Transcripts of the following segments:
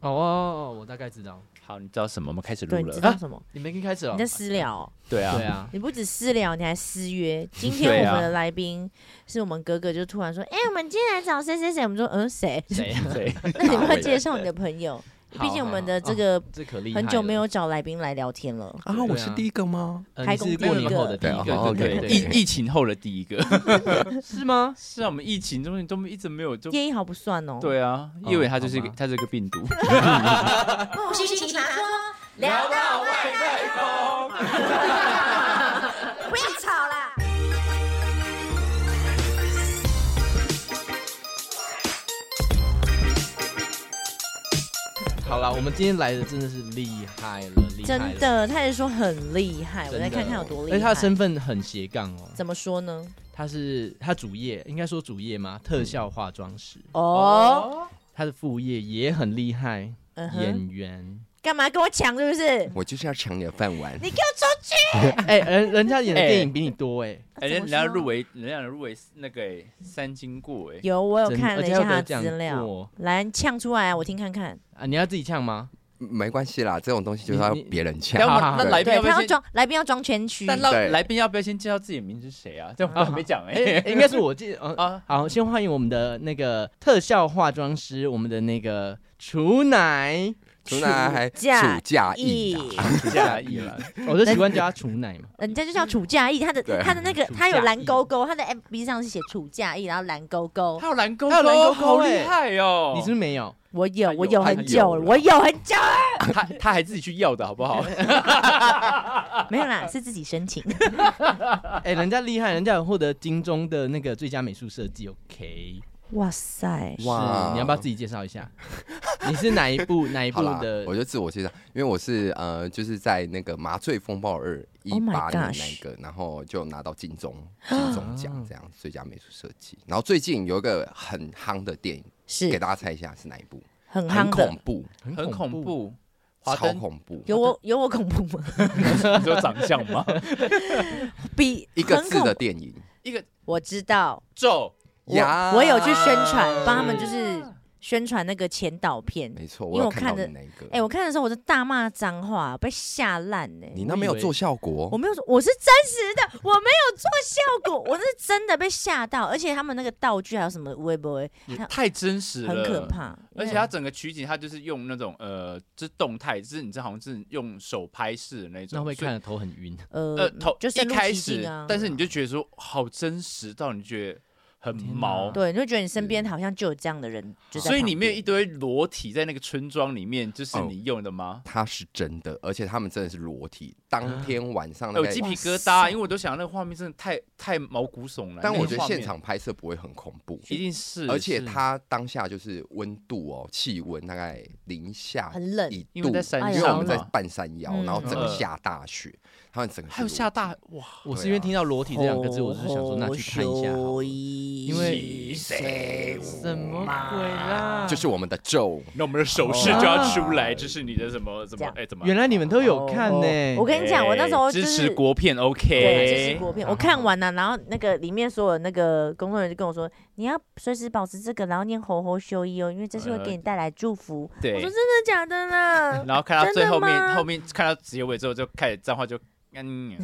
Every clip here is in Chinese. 哦哦，我大概知道，好，你知道什么？我们开始对，录你知了。道什么？你没跟开啊始哦你在。私聊哦、对啊，对啊，你不止私聊，你还私约。今对天啊我们的来宾是我们哥哥，就突然说：“哎、我们今天来找谁谁谁。”我们说：“嗯，谁 谁啊？ 对，？”那你们要介绍你的朋友，好毕竟我们的好好这个这可厉害了，很久没有找来宾来聊天了。啊，对我啊是第一个吗？呃，开你是工过第一年个后的第一对个，哦对对 OK，对疫疫情后的第一个是吗？ 是啊，我们疫情中间都一直没有就叶一豪不算哦，对啊，哦因为它就是一好个吧它是一个病毒。不虚奇葩说，聊到外太 空，不要吵啦。好啦，我们今天来的真的是厉害了，厉害了真，的，他是说很厉害，我真的哦再看看有多厉而害。且他的身份很斜杠哦，怎么说呢？他是他主业，应该说主业吗？特效化妆师，哦，，他的副业也很厉害，嗯哼，演员。干嘛跟我抢？是不是？我就是要抢你的饭碗。你给我出去！哎，人人家演的电影比你多哎，哎，人怎么人家说入围，人家入围那个哎三金过哎，有，我有真看而了一且还下有得他的奖资料，过来你呛出来啊，我听看看。啊！你要自己唱 吗？没关系啦，这种东西就是要你你别人抢但。我好好们那来宾对要不他要要先？装，来宾要装谦虚。但来对来宾要不要先介绍自己的名字是谁啊？这样我们还没讲哎哎，应该是我记得 哦 啊，好，先欢迎我们的那个特效化妆师，我们的那个厨奶，除了还暑假假意意啊，，下一了，我就习惯叫他厨奶嘛。哎人家就叫楚嫁意，他的对他的那个楚他有嫁意蓝勾勾，他的 FB 上是写楚嫁意，然后蓝勾勾。 还有蓝勾还有蓝勾勾好厉哎害哦！ 你是不是没有？我有他有我有他很久有了，啦我有很久了，他他还自己去要的好不好？没有啦，是自己申请。哎，人家厉害，人家有获得金钟的那个最佳美术设计。OK，哇塞，哇是你要不要自己介绍一下？你是哪一部哪一部好啦的，？我就自我介绍，因为我是呃，就是在那个《麻醉风暴二》一 Oh my 八年 gosh 那个，然后就拿到 金钟金钟奖这样最佳美术设计。然后最近有一个很夯的电影，给是大家猜一下是哪一部？很很夯恐的，怖， 很恐怖。怖，华超灯恐怖，有我有我恐怖 吗？你说长相 吗？比一个很字恐的电影一个我知道，咒，我呀我有去宣传，帮他们就是宣传那个前导片。哎没错，因为有我看看到的你那一个。哎，我看的时候我就大骂脏话，被吓烂呢。你那没有做效果哦我，没有说我是真实的，我没有做效果，我是真的被吓到，而且他们那个道具还有什么微博也太真实了，很可。怕，哎而且它整个取景，它就是用那种呃，就是动态，就是你这好像是用手拍式的那种，那会所以看得头很晕。呃呃头就一深入开其始境啊，但是你就觉得说好真实到你觉得很天哪毛，对，你就觉得你身边好像就有这样的人，就在所以旁里面有边一堆裸体在那个村庄里面，就是哦你用的吗？它是真的，而且他们真的是裸体。当天晚上哎那我个，鸡哇皮疙瘩，塞因为我都想那个画面真的太太毛骨悚然。但那我个觉得画现面场拍摄不会很恐怖，一定是，而且是它当下就是温度哦，气温大概零下很冷一度，因为在山哎因呀为我们上在嘛半山腰，嗯然后整个嗯下大雪，他们整个是还有裸下体大哇，我是对因为啊听到裸体这两个字，我就想说那去看一下好了。因因为什么鬼啦？就是我们的咒，那我们的手势就要出来，这是你的什么怎么哦这样哎怎么？原来你们都有看呢。哦我跟你讲，我那时候哎就支是持国片对支持，OK，国片，我看完了，然后那个里面所有那个工作人员就跟我说，你要随时保持这个，然后念吼吼修一哦，因为这是会给你带来祝福。我说真对。的假的啦？然后看到最后真的面，吗后面看到结尾之后就开始脏话就，嗯，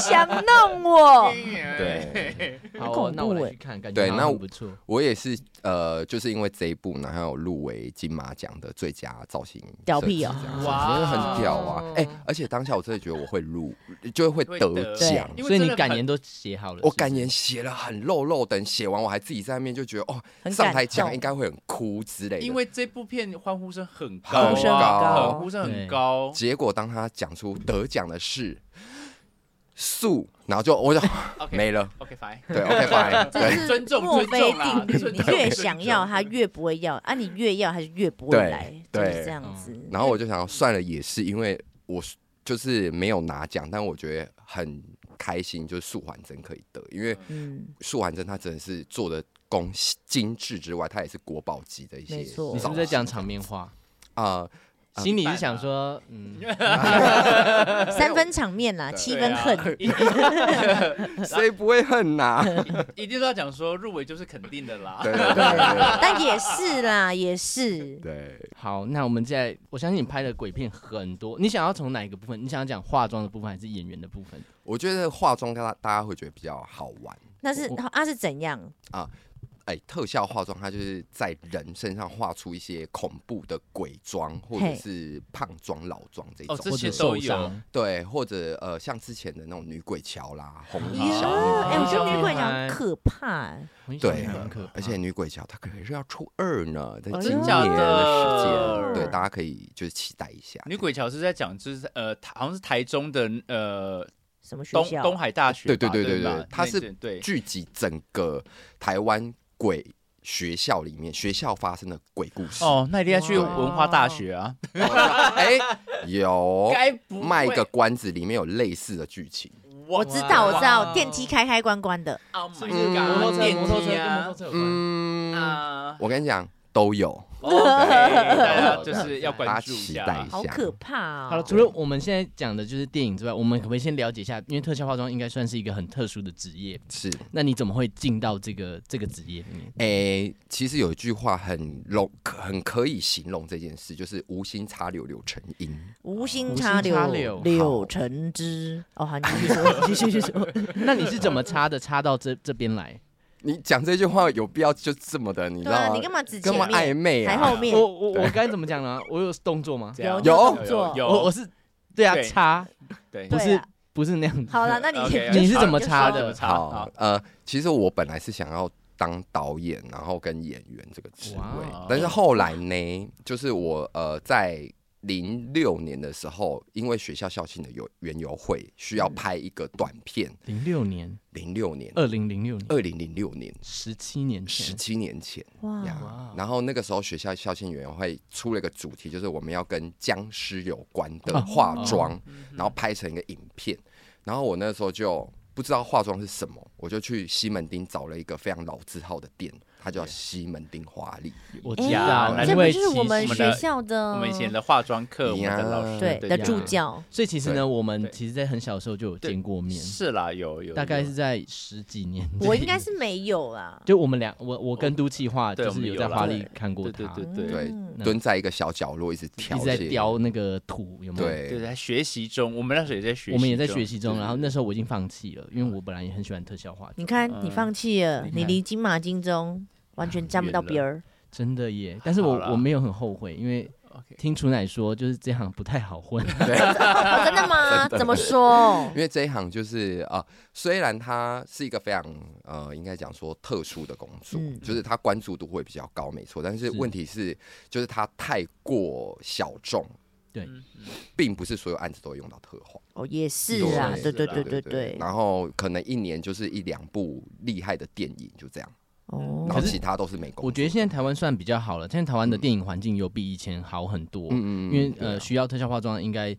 想弄 我？嗯对，好恐哦，怖那我来欸去看，感觉对好那像我不错。我也是，呃，就是因为这一部，然后有入围金马奖的最佳造型设计屌这样，屁哦哇，真的很屌哇啊！哎、而且当下我真的觉得我会入，就会会得得奖对。因为所以真你的感很言都写好了，我是不感是言写了很肉肉，等写完我还自己在那边就觉得哦，很上感台讲动应该会很哭之类的。因为这部片欢呼声很高欢啊，呼声很高欢呼声很高，结果当他讲出得奖的是素，然后就 我就 OK 没了。 OK fine，对，OK fine，这对是尊重墨菲尊重啦定律，尊你重越尊重想要，他越不会要啊！你越要，他就越不会对来，就对是这样子。然后我就想说算了，也是因为我就是没有拿奖，但我觉得很开心，就是素环真可以得，因为嗯，素环真他真的是做的工精致之外，他也是国宝级的一些没错造型。 你是不是在讲场面话？啊？心里是想说，嗯，嗯三分场面啦，对七分恨。对啊谁不会恨呐？ 一一定都要讲说入围就是肯定的啦。对对对但也是啦，也是对对，好，那我们现在，我相信你拍的鬼片很多，你想要从哪一个部分？你想要讲化妆的部分，还是演员的部分？我觉得化妆大家大家会觉得比较好玩。那是我啊是怎样？哎，特效化妆它就是在人身上画出一些恐怖的鬼妆，或者嘿是胖妆、老妆这种。哦这或些者都受有伤？对，或者呃，像之前的那种女鬼桥啦、红衣呀小啊哎，女我警，觉得女小鬼女孩讲可怕欸，红衣小对女孩很可，怕而且女鬼桥它可能是要出二呢，在哎今呦年的真假的时间，对，大家可以就是期待一下。女鬼桥是在讲，就是呃，台好像是台中的呃什么学东校？东海大学吧，对对对对对对吧它是那对聚集整个台湾鬼学校里面学校发生的鬼故事。哦，那一定要去哇文化大学啊，哎、有该不会啊卖个关子，里面有类似的剧情。我我知道，我知道，哇电梯开开关关的，是不嗯是摩托车，Oh 电摩托车梯跟摩托啊？车有关。嗯，啊，我跟你讲，都有， OK，大家对就是要大家关注期一下。待一下。好可怕啊！好了，除了我们现在讲的就是电影之外，我们可不可以先了解一下？因为特效化妆应该算是一个很特殊的职业，是，那你怎么会进到这个这个职业里 面？哎、其实有一句话很笼，很可以形容这件事，就是无心插柳柳成荫。无心无插心插柳柳柳成枝。哦，好，你 继续说，你继续说。那你是怎么插的？插到这这边来？你讲这句话有必要就这么的，你知对道啊，吗？你干嘛只前干嘛暧面昧还啊？后面我？我我该怎么讲呢？我有动作吗？这样有有动作有我我有是对啊，哦对插对不对是啊不是那样子。好了，那你 OK，你是怎么就说插怎么的？插好好，，呃，其实我本来是想要当导演，然后跟演员这个职位哇，哦但是后来呢，就是我呃在零六年的时候，因为学校校庆的游园游会需要拍一个短片，零六年，零六年，二零零六年，二零零六年，十七年十前。七年前。呀哇，哇哦然后那个时候学校校庆委员会出了一个主题，就是我们要跟僵尸有关的哦化妆，然后拍成一个影片。然后我那时候就不知道化妆是什么，我就去西门町找了一个非常老字号的店，它叫西门町华丽。我哎知呀道，难这因不为就是其我们实我们学的校的我们以前的化妆课，我们的老师对的呀助教，所以其实呢，我们对其实，在很小的时候就有对见过面，是啦，有有，大概有是在十几年前。我应该是没有啦。就我们俩，我我跟都气化哦对就我是们有有在啦华对丽看过对他对，对对对嗯，蹲在一个小角落一直一调直在些雕那个图，有没有？对对，在学习中，我们那时候也在学习，我们也在学习中，啊对嗯然后那时候我已经放弃了，因为我本来也很喜欢特效化你妆，看，你放弃了，嗯你离金马金钟完全沾不到边儿。真的耶。但是好我啦我没有很后悔，因为 OK 听楚奶说，就是这行不太好混。哦，真的吗？怎么说因？为这一行就是啊、呃虽然它是一个非常呃，应该讲说特殊的工作，嗯就是它关注度会比较高，没错。但是是问题是，就是它太过小众，对嗯嗯并不是所有案子都会用到特化。哦，也是啊，对对对对对对对对。然后可能一年就是一两部厉害的电影，就这样，哦然，后其他都是美工。我觉得现在台湾算比较好了，现在台湾的电影环境有比以前好很多，嗯因为对呃啊需要特效化妆应该。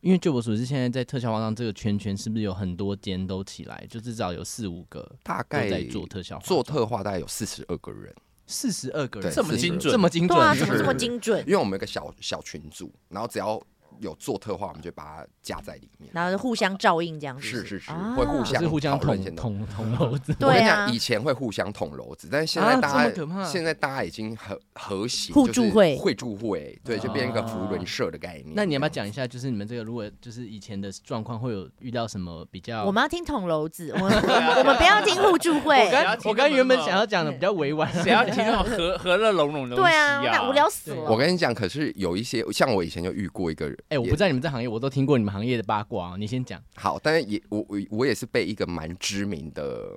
因为据我所知，现在在特效化妆这个圈圈，是不是有很多间都起来？就至少有四五个大都概在做特效化做妆，特化大概有四十二个人，四十二个人，对这么42精准这么精对准，啊，怎么是这么精准因？为我们有一个小小群组，然后只要有做特化，我们就把它加在里面。然后就互相照应这样子。是是是，啊会互就相是互相讨论捅现在捅捅娄子。我跟对你啊讲，以，前会互相捅娄子，但是现啊在这大么可怕家现在大家已经和和谐，互就是助会互助会，对，就变成一个福伦社的概念。啊那你要不要这样讲一下，就是你们这个如果就是以前的状况，会有遇到什么比较？我们要听捅娄子，我们我们不要听互助会我。不要刚提我那刚么原本多想要嗯讲的比较委婉，谁要听那种和和乐融融的东对西啊，那无聊死对了。我跟你讲，可是有一些像我以前就遇过一个人，哎、我也不在你们这行业，我都听过你们行业的八卦、哦。你先讲，好，但是也我我我也是被一个蛮知名的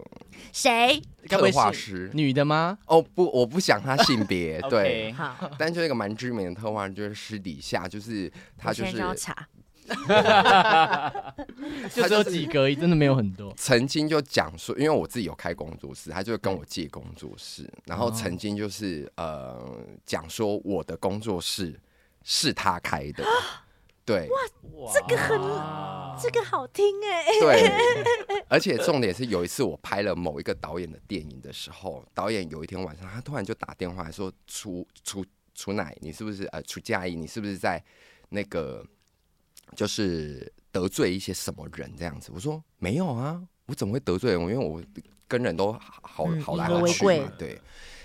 谁？该不会特化是师。女的吗？哦不，我不想他性 别，对， OK 好，但就一个蛮知名的特化，就是私底下就是他我就现在是要查。就只有几个而已，真的没有很多。曾经就讲说，因为我自己有开工作室，他就跟我借工作室，然后曾经就是、呃讲说我的工作室是他开的，对这个很这个好听 哎、对，而且重点是有一次我拍了某一个导演的电影的时候，导演有一天晚上他突然就打电话来说出出。楚乃，你是不是呃楚佳怡，你是不是在那个就是得罪一些什么人这样子？我说没有啊，我怎么会得罪人？因为我跟人都好嗯好来以和好为去贵嘛，对。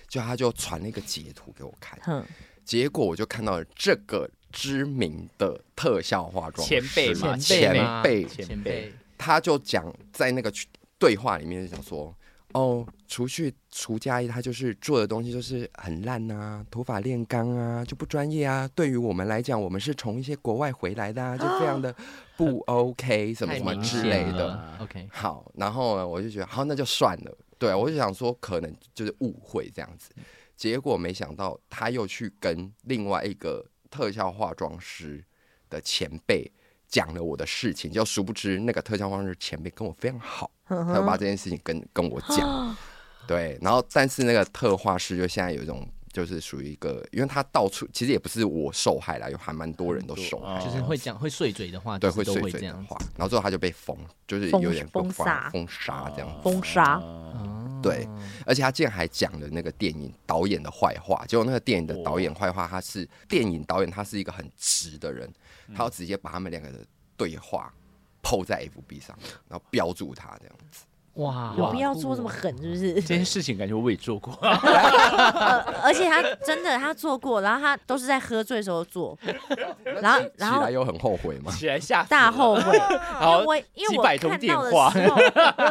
就他就传了一个截图给我看，哼，结果我就看到了这个知名的特效化妆前辈师嘛，前辈嘛辈前辈，他就讲在那个群对话里面就讲说，哦，除去除加一，他就是做的东西就是很烂啊，头发炼钢啊，就不专业啊。对于我们来讲，我们是从一些国外回来的啊，就非常的不 OK 什么啊太什么明之显类的。了 OK，好，然后呢，我就觉得好，那就算了。对，我就想说可能就是误会这样子，结果没想到他又去跟另外一个特效化妆师的前辈讲了我的事情，就殊不知那个特效化妆师前辈跟我非常好，哼他就把哼，这件事情跟跟我讲。对，然后但是那个特化师就现在有一种。就是属于一个，因为他到处其实也不是我受害啦，有还蛮多人都受害，就是会讲会碎嘴的话，哦就对，是会都碎会嘴这的样子话，然后最后他就被封，就是封有点封封杀封杀这样子。封杀哦对，而且他竟然还讲了那个电影导演的坏话。结果那个电影的导演坏话，他是电影导演，他是一个很直的人，他要直接把他们两个的对话抛在 FB 上，然后标注他这样。哇，有必要做这么狠是 不是？这件事情感觉我也做 过，呃，而且他真的他做过，然后他都是在喝醉的时候做，然后然起后来又很后 悔嘛。起来吓死大了后悔， 好因为我因为几我百看通到电的话时候，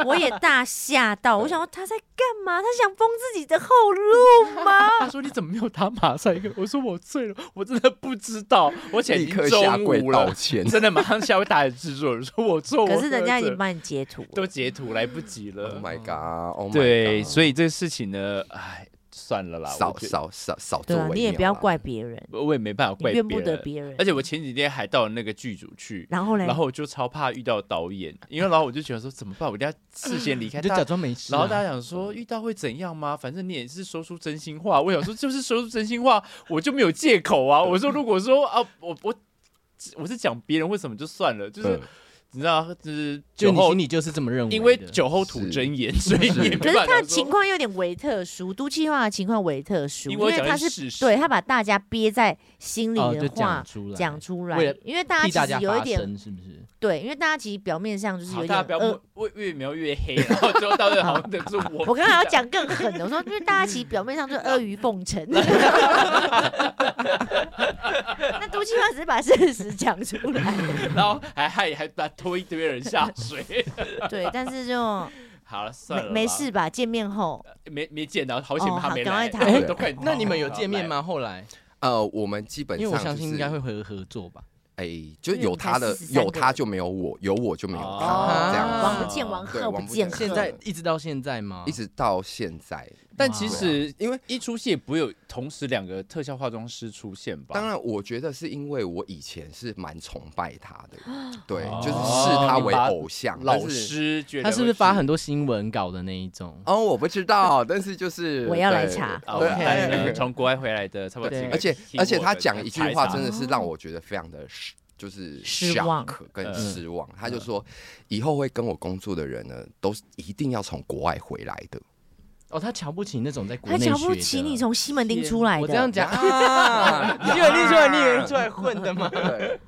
我也大吓到，我想说他在干嘛？他想封自己的后 路吗？他说：“你怎么没有打马赛克？”我说：“我醉了，我真的不知 道。我前立已经刻中下跪午了道歉， 真的马上下跪打给制作人，说我错。我可是人家已喝醉经帮你截图了，都截图来不及了。 Oh my god！Oh my god！对，所以这个事情呢，哎，算了啦，我少觉得少少少对做啊，为你也妙不要啦怪别人，我也没办法你怪怨不得人。别人而。且我前几天还到那个剧组去，然后嘞，然后我就超怕遇到导演，因为然后我就觉得说怎么办，我一定要事先离开。你就大假装没事啊。然后大家想说遇到会怎样吗？反正你也是说出真心话。我想说就是说出真心话，我就没有借口啊。我说如果说啊，我我我是讲别人为什么就算了，就是、嗯你知道，就是就酒你后心里就是这么认为的，因为酒后吐真 言，所以你也没可是办他法的情说。况有点为特殊，都气化的情况为特殊，因因为我为讲他的是是事实对他把大家憋在心里哦就的话讲出来，讲出来为了，因为大替大家家其实有一发点声，是不是？对，因为大家其实表面上就是好，有大家点不要呃摸越越描越黑，然后最后到最后好像 就是我。我刚才要讲更狠的，我说因为大家其实表面上就阿谀奉承，那毒气化只是把事实讲出来，然后还害还把拖一堆人下水。 对，但是就好了，算没了，没事，吧，见面后没没见到，好险哦他好没赶来，快 谈都快那你们有见面？吗？后来，呃，我们基哦本因为上我相信就应是该会合合作吧。哎，就因为我有们才他的43有个他人就没有我，有我就没有他哦这样子。王不见王对后王不不见见客，客现在一直到现在吗？一直到现在，但其哇实因为一出戏也不会有同时两个特效化妆师出现吧？当然，我觉得是因为我以前是蛮崇拜他啊的，对，哦就是视他为偶像，但老是。师觉得他是不是发很多新闻稿的那一种？哦，我不知道，但是就是 我要来对查啊？对 OK 但是从国外回来的，差不多对几个 而且 keyword 而且他讲一句话，的真的是让我觉得非常的失，就是哦失 shock 望跟嗯失望。他就说，以后会跟我工作的人呢，都是一定要从国外回来的。哦，他瞧不起那种在国他内学的。瞧不起你从西门町出来的，我这样 讲，啊，你有列出来，你有人出来混的吗？对，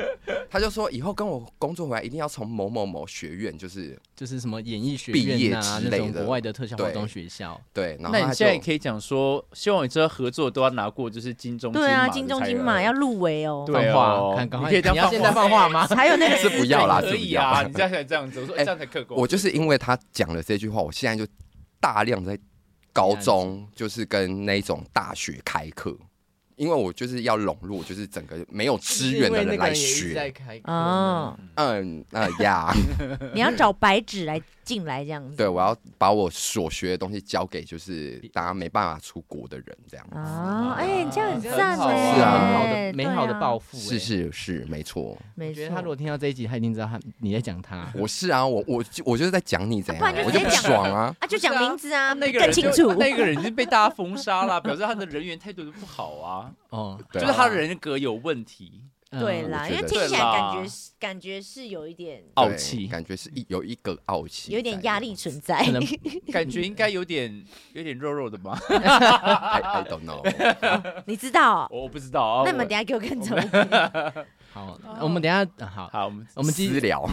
他就说以后跟我工作回来一定要从某某某学院，就是就是什么演艺学毕业院啊，之那类种的国外的特效化对妆学校。对， 然后那他你就现在也可以讲说，希望你之后合作都要拿过，就是金钟对啊，马的金钟才金有马要入围哦，对放哦话，看，赶你快，可以这你要样现在放话吗？还有那个是不要啦，可是不以要啊，啦你这样才这样子，我说哎哎这样才客观。我就是因为他讲了这句话，我现在就大量在高中，就是跟那种大学开课，因为我就是要笼入，就是整个没有资源的人来学。哦，嗯，那呀， 你要找白纸来进来这样子，对，我要把我所学的东西交给就是大家没办法出国的人，这样。啊，哎，你这样很很赞好哎，是啊很好的美好的报复。复，是欸哎，是是，没错，啊没我觉错得他如果听到这一集，他一定知道他你在讲他。我是啊，我我就我就是在讲你怎样啊不然，就我直接就不讲爽啊。啊，就讲不是啊名字啊，那个更人清就楚。 那个人已经被大家封杀了，表示他的人员态度都不好啊，哦， 对就啊是他的人格有问题。嗯对我啦，觉因为得听是起来感觉对啦是感觉是有一点傲对气 感觉是一有一个傲气，有一点压力。存在可。能感觉应该有点有点肉肉 的吧？ I I don't know， 你知道？我我不知道啊。那你们我等一下给我更早一点。好，我们等一下嗯好，好，我们我们继私续聊，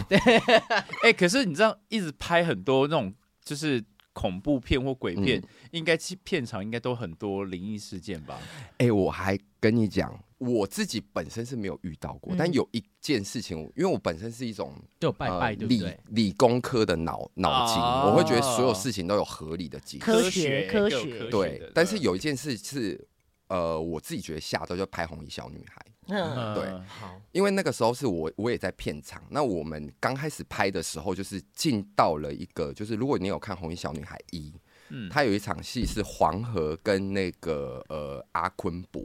哎、可是你这样一直拍很多那种就是恐怖片或鬼片，嗯应该其片场应该都很多灵异事件吧？哎、我还跟你讲，我自己本身是没有遇到过，但嗯有一件事情，因为我本身是一种就拜呃拜，对不理对？啊理工科的脑脑筋，哦我会觉得所有事情都有合理的解释。科学科科学各有科的对，但是有一件事是，呃，我自己觉得吓到，就拍红衣小女孩。嗯，对嗯好，因为那个时候是我我也在片场，那我们刚开始拍的时候，就是进到了一个，就是如果你有看《红衣小女孩一》，嗯她有一场戏是黄河跟那个呃阿坤伯，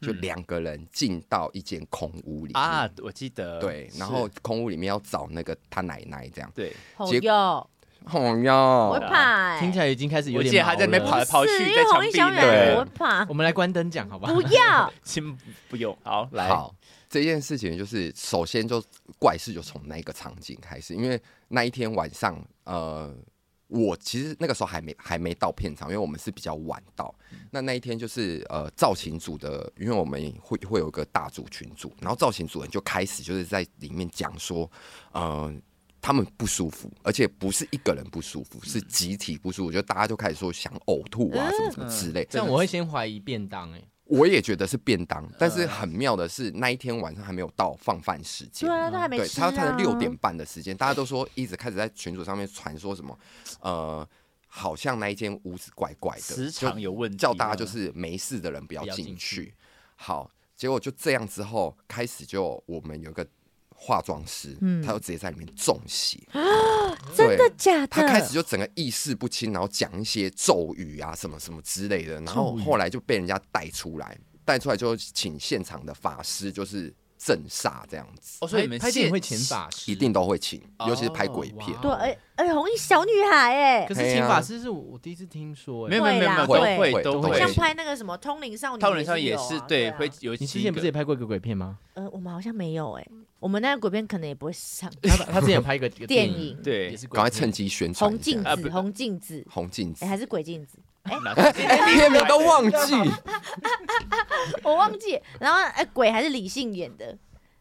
就嗯两个人进到一间空屋里面啊，我记得对，是然后空屋里面要找那个他奶奶这样。对，好结哟，哦我会哟，怕欸。听起来已经开始有我点记得他在那边毛跑了来跑去不是因在为墙红衣小壁女那孩里我会 怕，我们来关灯讲好吧？ 不要。先不用好来，好，这件事情就是首先就怪事就从那个场景开始，因为那一天晚上，呃，我其实那个时候还没还没到片场，因为我们是比较晚到。嗯那那一天就是呃造型组的，因为我们会会有一个大组群组，然后造型组人就开始就是在里面讲说，呃。他们不舒服，而且不是一个人不舒服，是集体不舒服。就大家就开始说想呕吐啊，什么嗯什么之类。这样我会先怀疑便当哎，我也觉得是便当，但是很妙的是，那一天晚上还没有到放饭时间对。啊，都还没对，吃他啊。他的六点半的时间，大家都说一直开始在群组上面传说什么，呃，好像那一间屋子怪怪的，磁就场有问题，啊叫大家就。是没事的人不要不要进进去。好，结果就这样之后，开始就我们有一个化妆师，嗯他就直接在里面中邪，真的对假的？他开始就整个意识不清，然后讲一些咒语啊什么什么之类的，然后后来就被人家带出来，带出来就请现场的法师就是镇煞这样子，哦，所以你们拍拍电现影会请法师，一定都会请，哦尤其是拍鬼片哇。对，哎哎，红衣小女孩哎可，是啊请法师是我我第一次听说没哎有。没有没有没有会都啦会都都会会像，拍那个什么《通灵少女》，他们上也也是有啊对啊会有你几之前不是个也拍过一个鬼片吗？ 呃，我们好像没有哎，我们那个鬼片可能也不会上他他之前有拍一个电电影，影。对也是鬼赶快片趁机宣传红一下镜啊子，不红镜子，红镜子哎，，还是鬼镜子， 哪个 哎，片名都忘记。 我忘记。然后哎，鬼还是李信演的，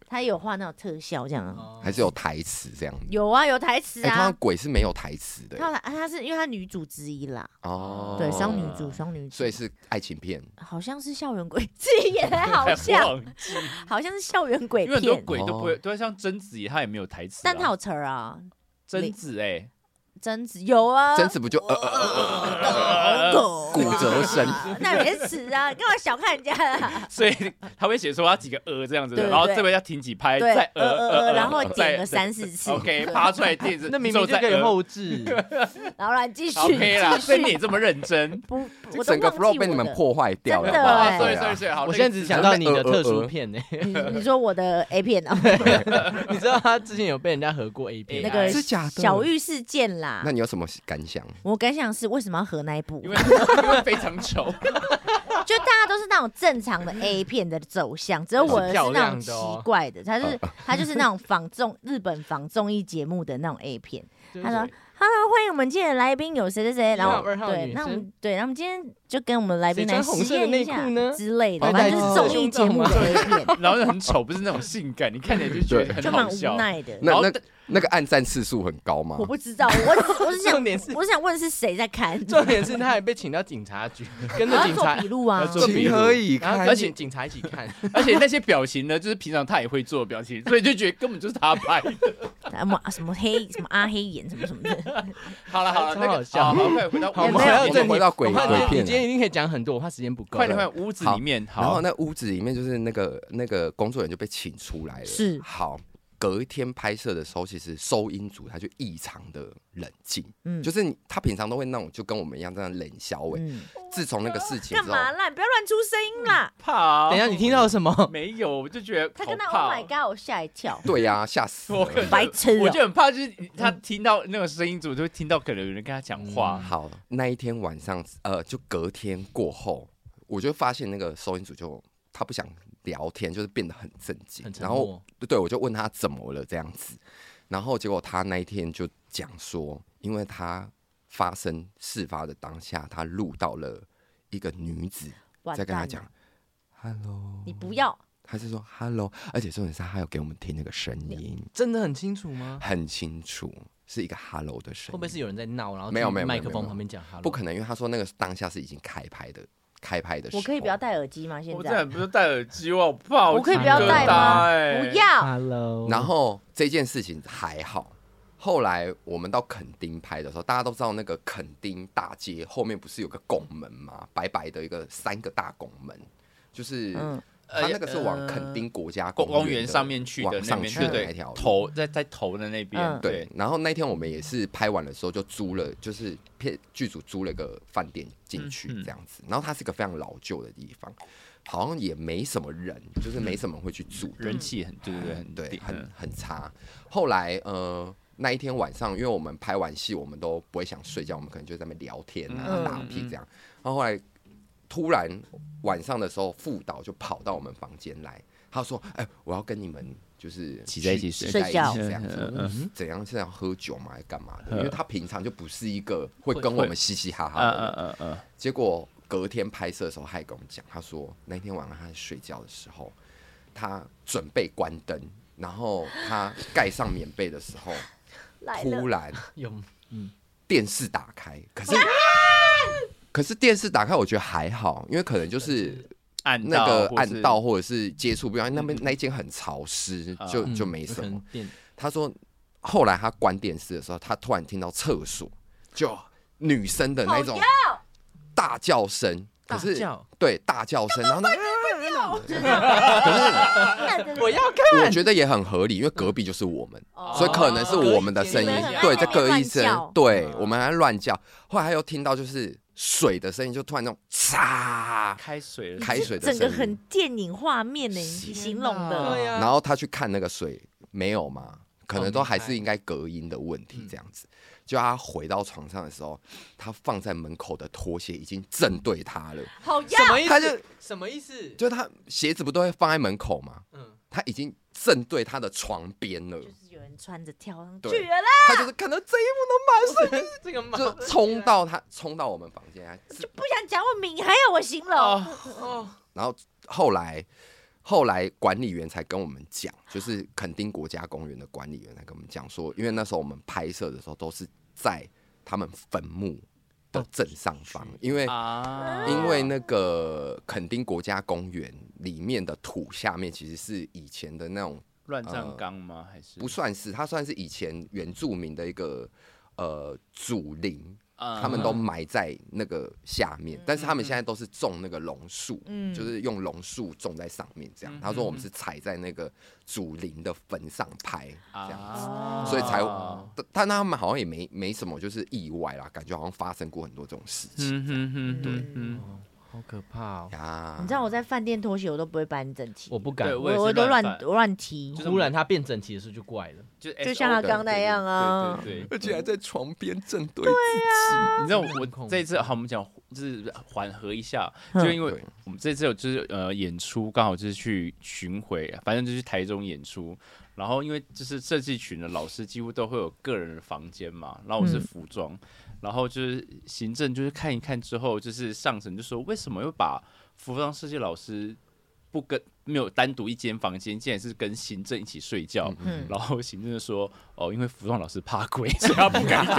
他有画那种特效这样啊，哦还是有台词这样子。有啊，有台词哎，通常啊。鬼是没有台词的欸他有台他是因为他女主之一啦，哦，对，双女主，双女主，所以是爱情片。好像是校园鬼，自己演还好笑，忘记好像是校园鬼 因为很多片，鬼都不哦会，对，啊像贞子他也没有台词啊，但他有词儿啊，贞子哎，贞子有啊，贞子不就呃呃呃呃狗骨折声？那也是词啊，你干嘛小看人家啊？所 以他会写说他几个呃这样子对的，对然后对这边要停几拍，对再，呃呃呃，然后再点个三四次， OK 趴出来电视， 那明之明后就再可以呃后置， 然后来继续 OK 啦，继所以你续，也这么认真。不，不我都整个忘记 flow 我被你们的。破坏掉了真的吧哎？所以对所啊以所以好，我那个现在只想到呃你的特殊片 呢、你嗯你说我的 A 片哦，你知道他之前有被人家合过 A 片，那个是假的小玉事件啦那，你有什么感想？我感想是为什么要合那一部？因为 因为非常丑，就大家都是那种正常的 A 片的走向，只有我的是那种奇怪的，他是他就是那种仿综日本仿综艺节目的那种 A 片。嗯对他说：“Hello，欢迎我们今天的来宾有谁谁谁。”然后二号对，女那我生们对，那我们今天就跟我们来宾谁来穿红实色的验一内下裤呢之类的，白反带正就是丝综的艺胸节罩目吗的 A 片，然后很丑，不是那种性感，你看起来就觉得对很就蛮好无笑。奈的。那然后那那个暗战次数很高吗我？不知道，我我是想重，点是我是想问是谁在看， 重点是他还被请到警察局，跟着然后警做察笔，录啊要。做笔情录何以然后堪而？且警察一起看，而且那些表情呢，就是平常他也会做的表情，所以就觉得根本就是他拍的。什么啊什么黑什么阿黑眼什么什么的，好了好了，哎超那好个笑好，好快回到好，我屋们子还没有要里我正们题回到鬼我怕鬼你片你今天一定可以讲很多，我怕时间不够。快点快点，屋子里面然好后，那屋子里面就是那个那个工作人员就被请出来了。是好，隔一天拍摄的时候，其实收音组他就异常的冷静，嗯 就是你他平常都会那种就跟我们一样这样冷笑喂、嗯，自从那个事情干之后，嘛啦？你不要乱出声音啦！怕。啊等一下你听到什么？没有？我就觉得嗯他好看到怕 Oh 哦。 my God，我吓一跳，对呀、吓死我可了。白痴我哦就。很怕，就是他听到那个声音组，就会听到可能有人跟他讲话。嗯好，那一天晚上，呃，就隔天过后，我就发现那个收音组就他不想聊天，就是变得很震惊很。沉然后默对，我就问他怎么了这样子，然后结果他那一天就讲说，因为他发生事发的当下，他录到了一个女子完在跟他蛋讲了 “hello”，你不要，他是说 “hello”，而且重点是他还有给我们听那个声音，真的很清楚吗？很清楚是一个 “hello” 的声音。会不会是有人在闹，然后没有去没有麦没有克没有风旁边讲哈喽？不可能，因为他说那个当下是已经开拍的，开拍的时候。我可以不要戴耳机吗？现我这在然不是戴耳机，我好怕，我可以鸡不要疙戴瘩吗？欸不哎要， Hello，然后这件事情还好，后来我们到垦丁拍的时候，大家都知道那个垦丁大街后面不是有个拱门吗？白白的一个三个大拱门，就是。嗯它那个是往呃垦丁国家公公园园的上面去的往那上边，去对的那对条，路。头在在头的那边嗯，对对，，然后那天我们也是拍完的时候就租了，就是片剧组租了个饭店进去嗯嗯这样子。然后它是个非常老旧的地方，好像也没什么人，就是没什么人会去住的，人气很，对对对，很对低，很嗯很差。后来呃那一天晚上，因为我们拍完戏，我们都不会想睡觉，我们可能就在那边聊天啊、嗯打屁这样。然后后来突然晚上的时候，副导就跑到我们房间来，他说：“哎、我要跟你们。”就是挤在一起去睡睡挤在一起觉这样子，嗯嗯我说怎样是要喝酒嘛，还干嘛的？因为他平常就不是一个会跟我们嘻嘻哈嗯哈的人嗯嗯嗯，结果隔天拍摄的时候，他也跟我们讲，他说那天晚上他在睡觉的时候，他准备关灯，然后他盖上棉被的时候，来突了，然有电视打开，可是可是电视打开，我觉得还好，因为可能就是暗那个或是暗道或者是接触不了，因为那边那一间很潮湿，就嗯就没什有可么能。电他说后来他关电视的时候，他突然听到厕所就女生的那种大叫声，可是大叫对大叫声，然后呢，我要我觉得也很合理，因为隔壁就是我们，哦所以可能是我们的声音隔一间，对，你们在那边乱叫嗯在隔一声，对，我们还乱叫，后来他又听到就是水的声音，就突然那种嚓，开水了，开水的整个声很音，电影画面呢，你形容天哪的，对呀然后他去看那个水没有嘛，可能哦都还明白是应该隔音的问题这样子。就他回到床上的时候，他放在门口的拖鞋已经正对他了，好什要么意思？他就什么意思？就是他鞋子不都会放在门口吗？嗯，他已经正对他的床边了就，是啊有人穿着跳上对去了啦，他就是看到这一幕，这个马然后 马上就啊冲到他冲到我们房间，他不想讲我名，还要我形容，啊哦，然后后来后来管理员才跟我们讲，就是垦丁国家公园的管理员才跟我们讲说，因为那时候我们拍摄的时候都是在他们坟墓的正上方，因为。啊因嗯为呃那个垦丁国家公园里面的土下面其实是以前的那种，乱葬岗吗？还是不算是它算是以前原住民的一个呃祖灵，嗯他们都埋在那个下面，但是他们现在都是种那个榕树，嗯就是用榕树种在上面这样。他说我们是踩在那个祖灵的坟上拍这样子，啊所以才但但他们好像也没没什么就是意外啦，感觉好像发生过很多这种事情嗯哼哼，对，嗯，好可怕哦！呀。你知道我在饭店拖鞋我都不会搬整齐，我不敢对，我也是我都乱乱翻我乱踢，突然它变整齐的时候就怪了。就哎就像他 SO 刚那样啊，对对对而且还在床边正对自己。你知道真的很我恐这一次怖好，我们讲就是缓和一下，嗯就因为对我们这次有就是呃演出，刚好就是去巡回，反正就是台中演出。然后因为就是设计群的老师几乎都会有个人的房间嘛，然后我是嗯服装，然后就是行政就是看一看之后，就是上层就说为什么又把服装设计老师不跟没有单独一间房间，竟然是跟行政一起睡觉。嗯，然后行政就说：“哦，因为服装老师怕鬼，所以他不敢跟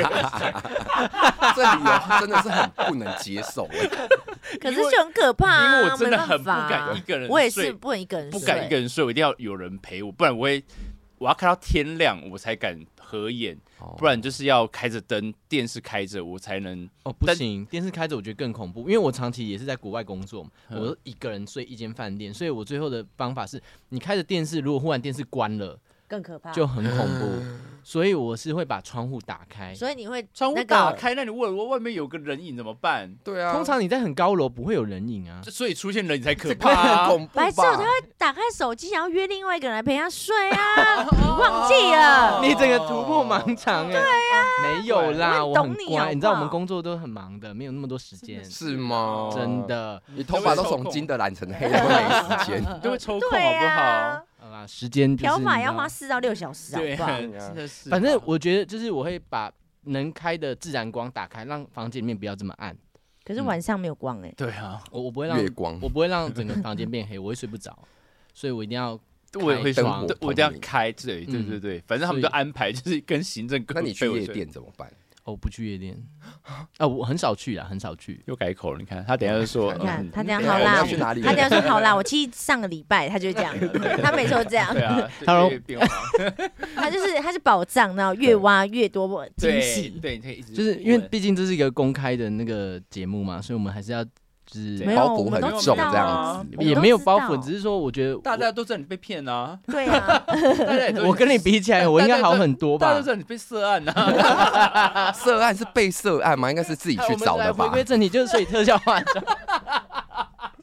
这理由真的是很不能接受哎、可是就很可怕啊，因为我真的很没不办法敢一个人我也睡是不能一个人不睡，敢一个人睡，我一定要有人陪我，不然我会，我要看到天亮我才敢合眼，不然就是要开着灯，电视开着我才能。哦，不但行，电视开着我觉得更恐怖，因为我长期也是在国外工作嘛，我都一个人睡一间饭店，所以我最后的方法是，你开着电视，如果忽然电视关了，更可怕，就很恐怖。所以我是会把窗户打开。所以你会窗户那打个开，那你问我外面有个人影怎么办？对啊，通常你在很高楼不会有人影啊，这所以出现人影才可这怕、个很啊。恐怖白痴哦，他吧？会打开手机，想要约另外一个人来陪他睡 啊，你忘记哦了？你整个突破盲肠哎、对呀、没有啦，我我很很懂你好不乖，好你知道我们工作都很忙的，没有那么多时间，是吗？真，的。你头发都从金的染成黑的，会没时间。你都会抽空好对不啊好？，好啦，时间就是漂发要你知道花四到六小时，好对不啊， 好？真的是。反正我觉得就是我会把能开的自然光打开，让房间里面不要这么暗。可是晚上没有光哎，对啊，我我不会让月 光我不会让整个房间变黑，我会睡不着，所以我一定要我也会开说窗，对我一定要开，对对对对，反正他们就所以安排就是跟行政沟那通。你去夜店怎么办？哦我不去夜店啊，我很少去啦，很少去。又改口了，你看他等一下就说，你你看嗯他这样对啊好我们啦，要去哪里他这样说好啦，我其实上个礼拜他就这样，他每次都这样 对，啊，他说对变化他就是他是宝藏，然后越挖越多惊对喜。对，你可以一直就是因为问毕竟这是一个公开的那个节目嘛，所以我们还是要就是对没有，包我袱们很都知重道这啊样子，我们也都没有知包道袱，只是说我觉得大家都知道你被骗啊，对啊，大家也 都我跟你比起来，我应该好很多大家吧都。知道你被涉案啊，涉案是被涉案吗？应该是自己哎去我们找来的吧回？归正题，就是所以特效化妆。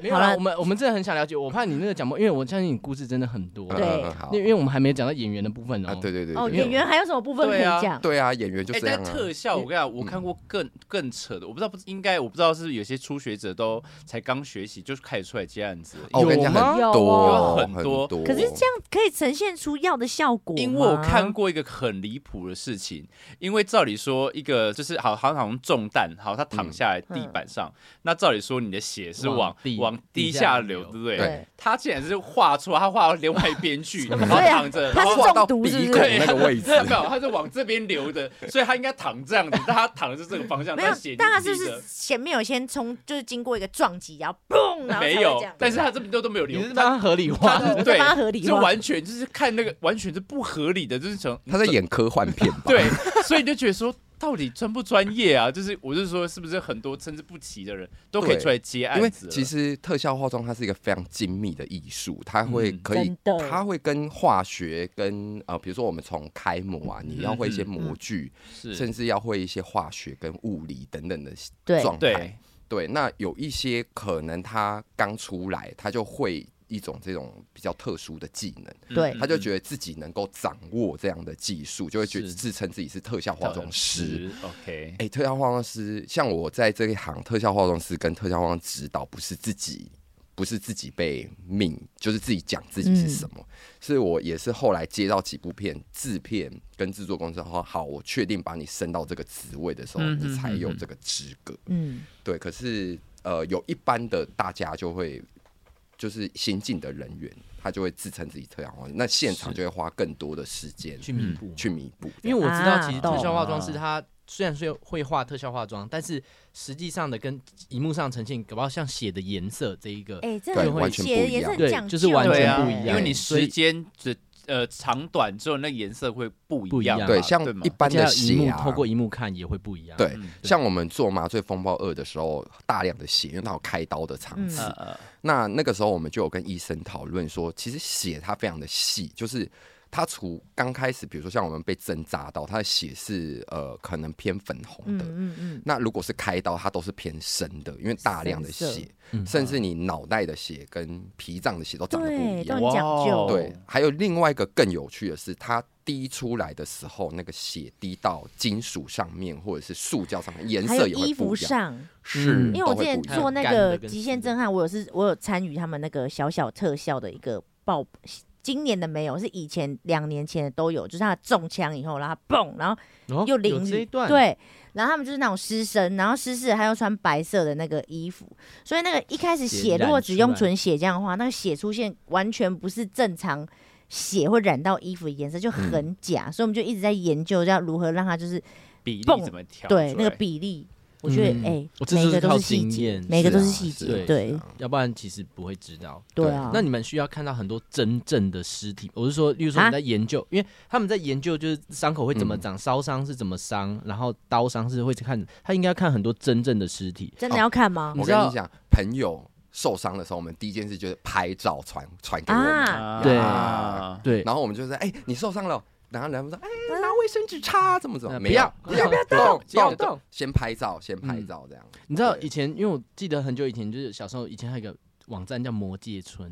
没有好啦，了我们我们真的很想了解，我怕你那个讲不，因为我相信你故事真的很多。嗯对嗯嗯好因为我们还没讲到演员的部分哦。啊，对对对哦，对，演员还有什么部分可以对啊讲？对啊，演员就哎，这样但啊。特效我跟你讲，我看过更更扯的，我不知道不应该，我不知道是不是有些初学者都才刚学习就开始出来接案子，哦，我跟你讲，哎有吗很有啊多很多多。可是这样可以呈现出要的效果吗因为我看过一个很离谱的事情，因为照理说一个就是好好像好像中弹，好他躺下来地板上，那照理说你的血是往往地往低地下下流流，对不对？对他竟然是画错，他画到另外一边去，然后所以啊躺着，他然是后画到中毒是不鼻是孔对那个位 置没有，没有，他是往这边流的，所以他应该躺这样子，但他躺的是这个方向，没有他血，但他就是不滴是着前面有先冲，就是经过一个撞击，然后嘣，然后才会没这有样？但是他这边都都没有流你，是他帮他合理化。他我在对帮他合理就化完全就是看那个完全是不合理的，就是从他在演科幻片吧？对，所以你就觉得说，到底专不专业啊？就是我是说，是不是很多参差不齐的人都可以对出来接案因为子了？其实特效化妆它是一个非常精密的艺术，它会嗯可以真，的它会跟化学跟呃，比如说我们从开模啊，你要会一嗯些模具，是甚至要会一些化学跟物理等等的对状态对。，对，那有一些可能他刚出来，他就会一种这种比较特殊的技能，嗯对他就觉得自己能够掌握这样的技术，就会觉得是自称自己是特效得化妆师。 OK，哎、特效化妆师，像我在这一行，特效化妆师跟特效化妆指导不是自己，不是自己被命，就是自己讲自己是什么。是我也是后来接到几部片制片跟制作公司说，好，我确定把你升到这个职位的时候，嗯嗯你才有嗯嗯这个资格。嗯，对，可是呃，有一般的大家就会就是新进的人员，他就会自称自己特效化妆师，那现场就会花更多的时间去弥补，去弥补。因为我知道其实啊特效化妆懂师他虽然是会画特效化妆，但是实际上的跟荧幕上呈现，搞不好像血的颜色这一个，哎，这对很完全写不的一也是样很讲对就究，是完对全啊不一样因为你所以时间的呃长短之后，那颜色会不不一样嘛对，对，像吗一啊般而且还的有荧血幕啊，透过荧幕看也会不一样。对嗯，像我们做《麻醉风暴二》的时候，大量的血，因为它有开刀的场嗯次。呃呃那那个时候我们就有跟医生讨论说，其实血它非常的细，就是它除刚开始，比如说像我们被针扎到，它的血是呃可能偏粉红嗯的。嗯嗯，那如果是开刀，它都是偏深的，因为大量的深色血，嗯甚至你脑袋的血跟脾脏的血都长得不一对，都样。很讲究，哇哦对，还有另外一个更有趣的是，它滴出来的时候，那个血滴到金属上面或者是塑胶上面，颜还有色也衣会服不一样。上，是，嗯因为我都之会前不一样做那还有干个的《跟极湿限的震撼》，我有是，我有参与他们那个小小特效的一个爆，今年的没有，是以前两年前的都有，就是他中枪以后，然后他蹦，然后哦，又有淋这一雨，段，对，然后他们就是那种湿身，然后湿湿的他又穿白色的那个衣服，所以那个一开始血血如染果只出用来纯血这样的话，那个血出现完全不是正常。血会染到衣服的颜色就嗯很假，所以我们就一直在研究要如何让它就是比例蹦怎么调出来？对那个比例，我觉得嗯哎、我这每就个是都靠是细经节验，每个是都是啊细是节，啊对是啊要不然其实不会知道。对啊。那你们需要看到很多真正的尸体，我是说，例如说啊你在研究，因为他们在研究就是伤口会怎么长，烧伤是怎么伤，然后刀伤是会看，他应该要看很多真正的尸体。真的要看吗？你我知跟道你讲，朋友受伤的时候，我们第一件事就是拍照传传给我们，啊，对啊对，然后我们就说，哎、你受伤了哦，然后人嗯家说，哎、拿卫生纸擦，怎么怎么，啊没不要有，不要不要动，不要动动，先拍照，先拍照这样。你知道对以前，因为我记得很久以前，就是小时候以前还有一个网站叫《魔界村》，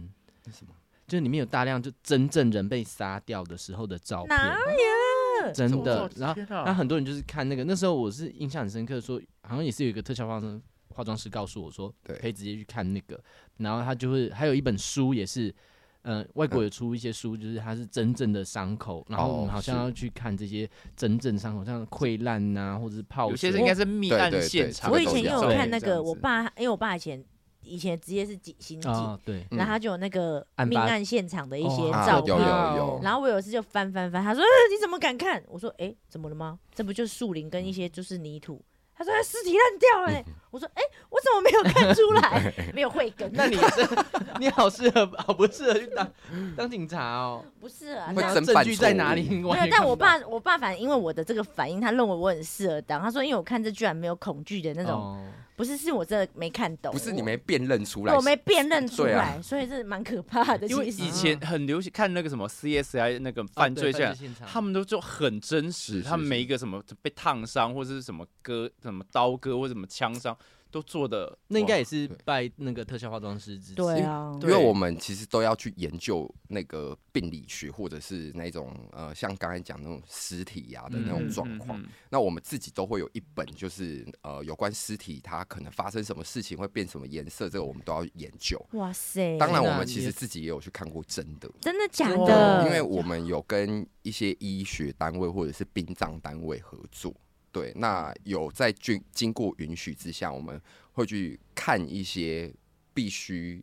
什么就是里面有大量就真正人被杀掉的时候的照片，哪有？真的。这么然后天，啊嗯那很多人就是看那个，那时候我是印象很深刻说好像也是有一个特效化妆化妆师告诉我说，对可以直接去看那个。然后他就会还有一本书也是。呃，外嗯国有出一些书，就是它是真正的伤口，然后我们哦好像是要去看这些真正伤口，像溃烂呐，或者是泡有些水人应该是密对案对对现场这我的个以东前西也啊，有对看那这个，样子我爸因为我爸以前以前的职业是警刑警，啊，对， 嗯然后他就有那个案命发案现场的一些哦啊照有片有。有，然后我有一次就翻翻翻，他说、呃你怎么敢看？我说：“哎、怎么了吗？这不就是树林跟嗯一些就是泥土？”他说：“哎尸体烂掉了、欸。我说：“哎、我怎么没有看 出来？没有慧根，那你是 你好适合，好不适合去当当警察哦。不是啊。”会那整证版据错在误哪里？没没有，但我爸，我爸反正因为我的这个反应，他认为我很适合当。他说，因为我看这居然没有恐惧的那种，哦不是，是我真的没看懂，不是你我没辨认出来，我没辨认出对啊来，所以这蛮可怕的。因为其实以前很流行看那个什么 CSI 那个犯罪现场。现场他们都就很真是实，是他们每一个什么被烫伤或者是什么割、什么刀割或者什么枪伤，都做的那应该哇也是对拜那个特效化妆师支持。对啊，因为我们其实都要去研究那个病理学，或者是那种呃，像刚才讲那种尸体呀、的那种嗯状嗯况。嗯那我们自己都会有一本，就是呃，有关尸体它可能发生什么事情会变什么颜色，这个我们都要研究。哇塞，当然，那我们你其也实自己也有去看过真的，真的假哇的？哦因为我们有跟一些医学单位或者是殡葬单位合作。对，那有在经经过允许之下，我们会去看一些必须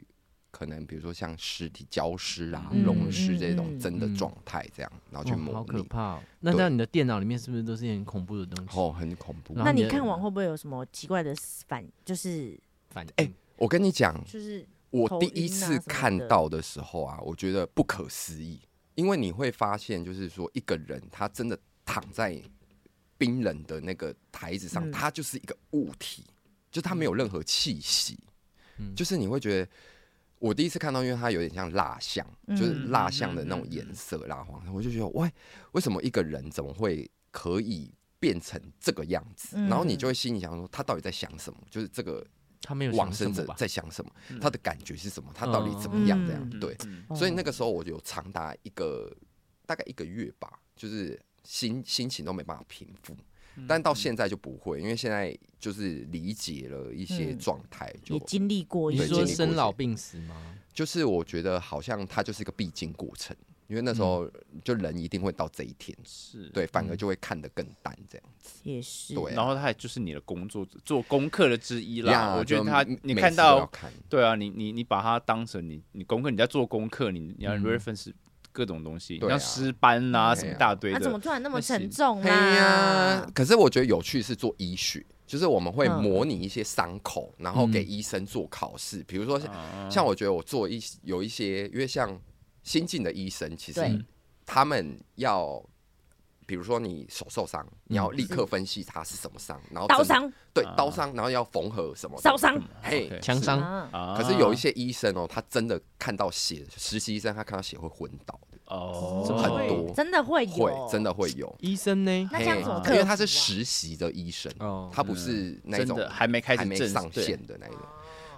可能，比如说像尸体焦尸啊、嗯溶尸这嗯种嗯真的嗯状态，这样然后去哦，好模可拟，怕、哦。那对那你的电脑里面是不是都是一些很恐怖的东西？哦，很恐怖。然后那你你的看完会不会有什么奇怪的反？就是反应哎我跟你讲，就是我头第一晕啊次什么看的到的时候啊，我觉得不可思议，因为你会发现，就是说一个人他真的躺在冰冷的那个台子上，嗯他就是一个物体，就他没有任何气息，嗯就是你会觉得。我第一次看到，因为它有点像蜡像，嗯就是蜡像的那种颜色，蜡黄，我就觉得，喂，为什么一个人怎么会可以变成这个样子？嗯然后你就会心里想说，他到底在想什么？就是这个他没有往想什生么者吧在想什么嗯，他的感觉是什么，他到底怎么样？这样嗯对，嗯哦所以那个时候我有长达一个大概一个月吧，就是心心情都没办法平复，嗯但到现在就不会，因为现在就是理解了一些嗯状态，也就经历过一你些，是对经说历过生老去病死吗？就是我觉得好像它就是一个必经过程，因为那时嗯候就人一定会到这一天，是，对，反而嗯就会看得更淡这样。也是对然后他也就是你的工作做功课的之一啦。呀我觉得就他每你每看次都要到看对啊，你你你把它当成你你功课，你在做功课，你你要嗯 reference 各种东西，对啊像诗班啊对啊什么一大堆那怎么的，突然那么那行沉重啊嘿呀啦？，可是我觉得有趣是做医学，就是我们会嗯模拟一些伤口，然后给嗯医生做考试。比如说像，啊像我觉得我做一有一些，因为像新进的医生，其对实嗯他们要，比如说你手受伤，你要立刻分析它是什么伤，然后刀真的伤、对啊刀伤，然后要缝合哦什么的烧伤嘿 OK 枪是伤啊，啊可是有一些医生哦，他真的看到血，实习医生他看到血会昏倒的，哦很多真的会会有，真。的会有。医生呢？那这样怎么嘿克因为服他是啊实习的医生，哦，他不是那真种的还没开还始没正上对线的那一种。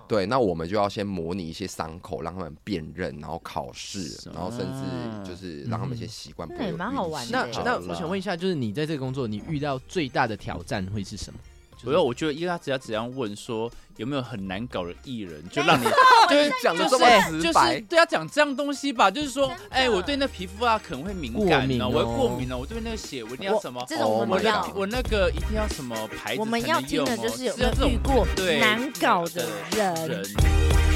对，那我们就要先模拟一些伤口，让他们辨认，然后考试，是然后甚啊至就是让他们先习惯。嗯不会那也有蛮晕好玩血的那耶这样那子我想问一下，就是你在这个工作，你遇到最大的挑战会是什么？不要，我觉得因为他只要只要问说有没有很难搞的艺人，就让你就是讲的哎就这是么哎直就是白，对他讲这样东西吧，就是说真的，哎，我对那皮肤啊可能会敏过感敏呢，哦我会过敏啊呢，我对那个血我一定要我什么。这种我哦们我不我要那，我那个一定要什么牌子才能用哦？我们要听的就是有没这有种遇过对难搞的对人。人